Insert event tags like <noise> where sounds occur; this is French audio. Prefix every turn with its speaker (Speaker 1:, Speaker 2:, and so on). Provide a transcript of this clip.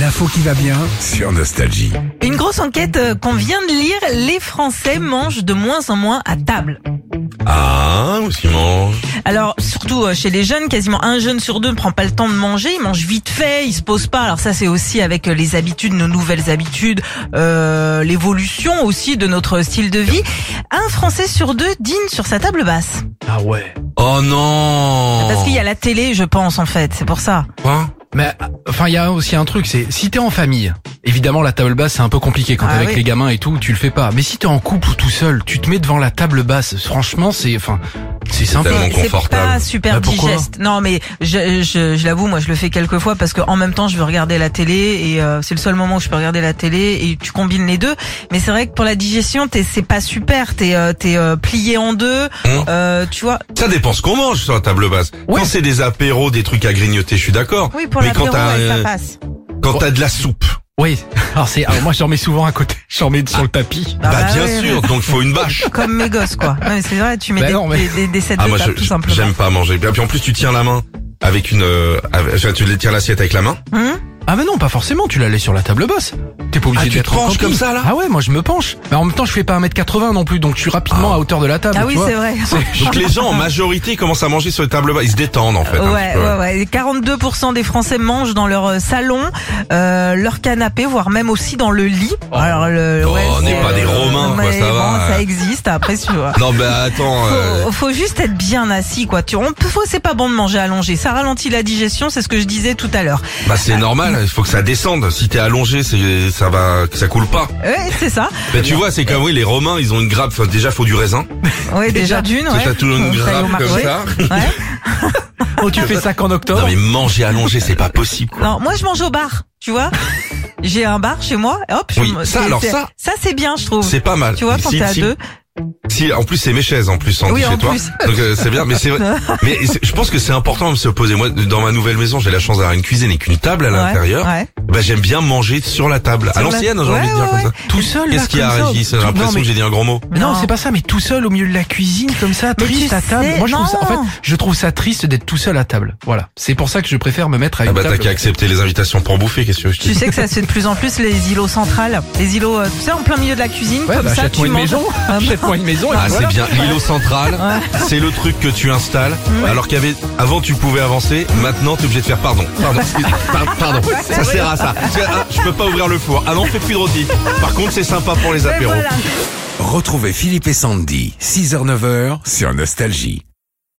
Speaker 1: L'info qui va bien sur Nostalgie.
Speaker 2: Une grosse enquête euh, qu'on vient de lire, les Français mangent de moins en moins à table.
Speaker 3: Ah, ou sinon.
Speaker 2: Alors, surtout euh, chez les jeunes, quasiment un jeune sur deux ne prend pas le temps de manger, il mange vite fait, il se pose pas. Alors ça, c'est aussi avec euh, les habitudes, nos nouvelles habitudes, euh, l'évolution aussi de notre style de vie. Un Français sur deux dîne sur sa table basse.
Speaker 4: Ah ouais.
Speaker 3: Oh non
Speaker 2: Ah, Parce qu'il y a la télé, je pense, en fait, c'est pour ça.
Speaker 3: Quoi
Speaker 4: Mais enfin, il y a aussi un truc, c'est si t'es en famille, évidemment la table basse c'est un peu compliqué quand
Speaker 2: Ah
Speaker 4: t'es avec
Speaker 2: oui.
Speaker 4: les gamins et tout, tu le fais pas. Mais si t'es en couple ou tout seul, tu te mets devant la table basse. Franchement, c'est enfin, c'est sympa.
Speaker 3: tellement
Speaker 2: Mais C'est
Speaker 3: confortable.
Speaker 2: pas super
Speaker 4: Bah, pourquoi
Speaker 2: digeste. Non, mais je, je, je l'avoue, moi, je le fais quelques fois parce que en même temps, je veux regarder la télé et euh, c'est le seul moment où je peux regarder la télé et tu combines les deux. Mais c'est vrai que pour la digestion, t'es c'est pas super. T'es euh, t'es euh, plié en deux.
Speaker 3: Hum.
Speaker 2: Euh, tu vois.
Speaker 3: Ça dépend ce qu'on mange sur la table basse.
Speaker 4: Ouais.
Speaker 3: Quand c'est des apéros, des trucs à grignoter, je suis d'accord.
Speaker 2: Oui, pour
Speaker 3: Mais quand
Speaker 2: l'apéro,
Speaker 3: t'as
Speaker 2: ouais, ça
Speaker 3: euh,
Speaker 2: passe.
Speaker 3: quand t'as de la soupe,
Speaker 4: Oui. <laughs> Alors c'est, alors, moi j'en mets souvent à côté, <laughs> j'en mets sur le tapis.
Speaker 2: Ah
Speaker 3: bah,
Speaker 2: bah
Speaker 3: bien
Speaker 2: ouais,
Speaker 3: sûr, donc faut une bâche.
Speaker 2: <laughs> Comme mes gosses, quoi. Non, mais c'est vrai, tu mets
Speaker 4: Bah
Speaker 2: des,
Speaker 4: non, mais-
Speaker 2: des, des- des sets
Speaker 3: Ah
Speaker 2: de
Speaker 3: moi
Speaker 2: table,
Speaker 3: je-
Speaker 2: tout
Speaker 3: je-
Speaker 2: simplement.
Speaker 3: j'aime pas manger. Et puis en plus tu tiens la main avec une, euh, avec- enfin, tu tiens l'assiette avec la main.
Speaker 2: Hum
Speaker 4: Ah mais non, pas forcément, tu la laisses sur la table basse. T'es pas obligé
Speaker 3: Ah, tu
Speaker 4: d'être
Speaker 3: te
Speaker 4: en
Speaker 3: penches
Speaker 4: camping.
Speaker 3: comme ça, là
Speaker 4: Ah ouais, moi je me penche. Mais en même temps, je fais pas 1m80 non plus, donc je suis rapidement à hauteur de la table.
Speaker 2: Ah
Speaker 4: tu
Speaker 2: oui,
Speaker 4: vois.
Speaker 2: c'est vrai.
Speaker 4: C'est- <laughs>
Speaker 3: Donc les gens en majorité commencent à manger sur les tables basses, ils se détendent en fait. hein, un
Speaker 2: Ouais,
Speaker 3: petit peu.
Speaker 2: ouais, ouais. Et 42% des Français mangent dans leur euh, salon, euh, leur canapé, voire même aussi dans le lit. Alors, le,
Speaker 3: Oh, on n'est
Speaker 2: c'est,
Speaker 3: pas des Romains, quoi,
Speaker 2: mais
Speaker 3: ça
Speaker 2: bon,
Speaker 3: va,
Speaker 2: ça
Speaker 3: euh.
Speaker 2: existe. Après, tu
Speaker 3: <laughs>
Speaker 2: vois.
Speaker 3: Non bah attends. euh,
Speaker 2: Faut, faut juste être bien assis, quoi. Tu, on, faut, c'est pas bon de manger allongé. Ça ralentit la digestion, c'est ce que je disais tout à l'heure.
Speaker 3: Bah c'est normal, il faut que ça descende. Si t'es allongé, c'est ça va, ça coule pas.
Speaker 2: Ouais, c'est ça.
Speaker 3: Bah tu vois, c'est comme oui, les Romains, ils ont une grappe. Enfin, déjà, faut du raisin.
Speaker 2: Ouais, déjà, d'une,
Speaker 3: Parce
Speaker 2: ouais.
Speaker 3: que T'as toujours une
Speaker 2: Ça y est, au
Speaker 3: grappe
Speaker 2: mar-
Speaker 3: comme
Speaker 2: ouais.
Speaker 3: ça. <laughs>
Speaker 2: Ouais.
Speaker 4: Oh, tu fais ça qu'en octobre.
Speaker 3: Non mais manger allongé, c'est pas possible. Quoi.
Speaker 2: Non, moi je mange au bar, tu vois. J'ai un bar chez moi. et Hop. je
Speaker 3: Oui,
Speaker 2: me-
Speaker 3: ça,
Speaker 2: c'est-
Speaker 3: alors
Speaker 2: c'est-
Speaker 3: ça-
Speaker 2: ça c'est bien, je trouve.
Speaker 3: C'est pas mal.
Speaker 2: Tu vois, quand
Speaker 3: Si-
Speaker 2: t'es à
Speaker 3: si-
Speaker 2: deux.
Speaker 3: Si, en plus c'est mes chaises en plus on
Speaker 2: Oui,
Speaker 3: dit
Speaker 2: en
Speaker 3: chez toi.
Speaker 2: plus.
Speaker 3: Donc euh, c'est bien, mais c'est vrai.
Speaker 2: <laughs>
Speaker 3: mais c'est- je pense que c'est important de se poser. Moi, dans ma nouvelle maison, j'ai la chance d'avoir une cuisine et qu'une table à
Speaker 2: Ouais,
Speaker 3: l'intérieur.
Speaker 2: ouais.
Speaker 3: Bah j'aime bien manger sur la table. à
Speaker 2: Sur la-
Speaker 3: l'ancienne, hein, j'ai
Speaker 2: Ouais,
Speaker 3: envie de dire
Speaker 2: ouais,
Speaker 3: comme ça.
Speaker 4: Tout seul. là,
Speaker 3: Qu'est-ce qu'il y a,
Speaker 4: comme ça,
Speaker 3: Régis J'ai
Speaker 4: tout-
Speaker 3: l'impression
Speaker 4: Non, mais-
Speaker 3: que j'ai dit un gros mot.
Speaker 4: Mais Non,
Speaker 2: Non.
Speaker 4: c'est pas ça, mais tout seul au milieu de la cuisine comme ça,
Speaker 2: Mais
Speaker 4: triste
Speaker 2: tu
Speaker 4: à table.
Speaker 2: sais-
Speaker 4: Moi, je trouve ça, en fait,
Speaker 2: non.
Speaker 4: je trouve ça triste d'être tout seul à table. Voilà, c'est pour ça que je préfère me mettre à une
Speaker 3: Ah bah t'as
Speaker 4: table.
Speaker 3: qu'à accepter les invitations pour bouffer, qu'est-ce que je te
Speaker 2: Tu
Speaker 3: dis
Speaker 2: sais que ça se fait de plus en plus les îlots centrales, les îlots, euh, tu sais, en plein milieu de la cuisine,
Speaker 4: Ouais,
Speaker 2: comme
Speaker 4: bah,
Speaker 2: ça,
Speaker 4: achète-moi une
Speaker 2: tu manges.
Speaker 4: maison. <laughs>
Speaker 2: Ah,
Speaker 4: Achète-moi une maison. et
Speaker 3: Ah
Speaker 4: puis
Speaker 3: c'est
Speaker 4: voilà.
Speaker 3: bien, l'îlot central, c'est le truc que tu installes. Alors qu'il y avait, avant tu pouvais avancer, maintenant t'es obligé de faire pardon. Pardon, excuse- par- pardon, ça sert à ça. Parce que, ah, Je peux pas ouvrir le four. Ah non, fais plus de rôti. Par contre, c'est sympa pour les
Speaker 2: Et
Speaker 3: apéros.
Speaker 2: voilà.
Speaker 1: Retrouvez Philippe et Sandy, 6h-9h sur Nostalgie.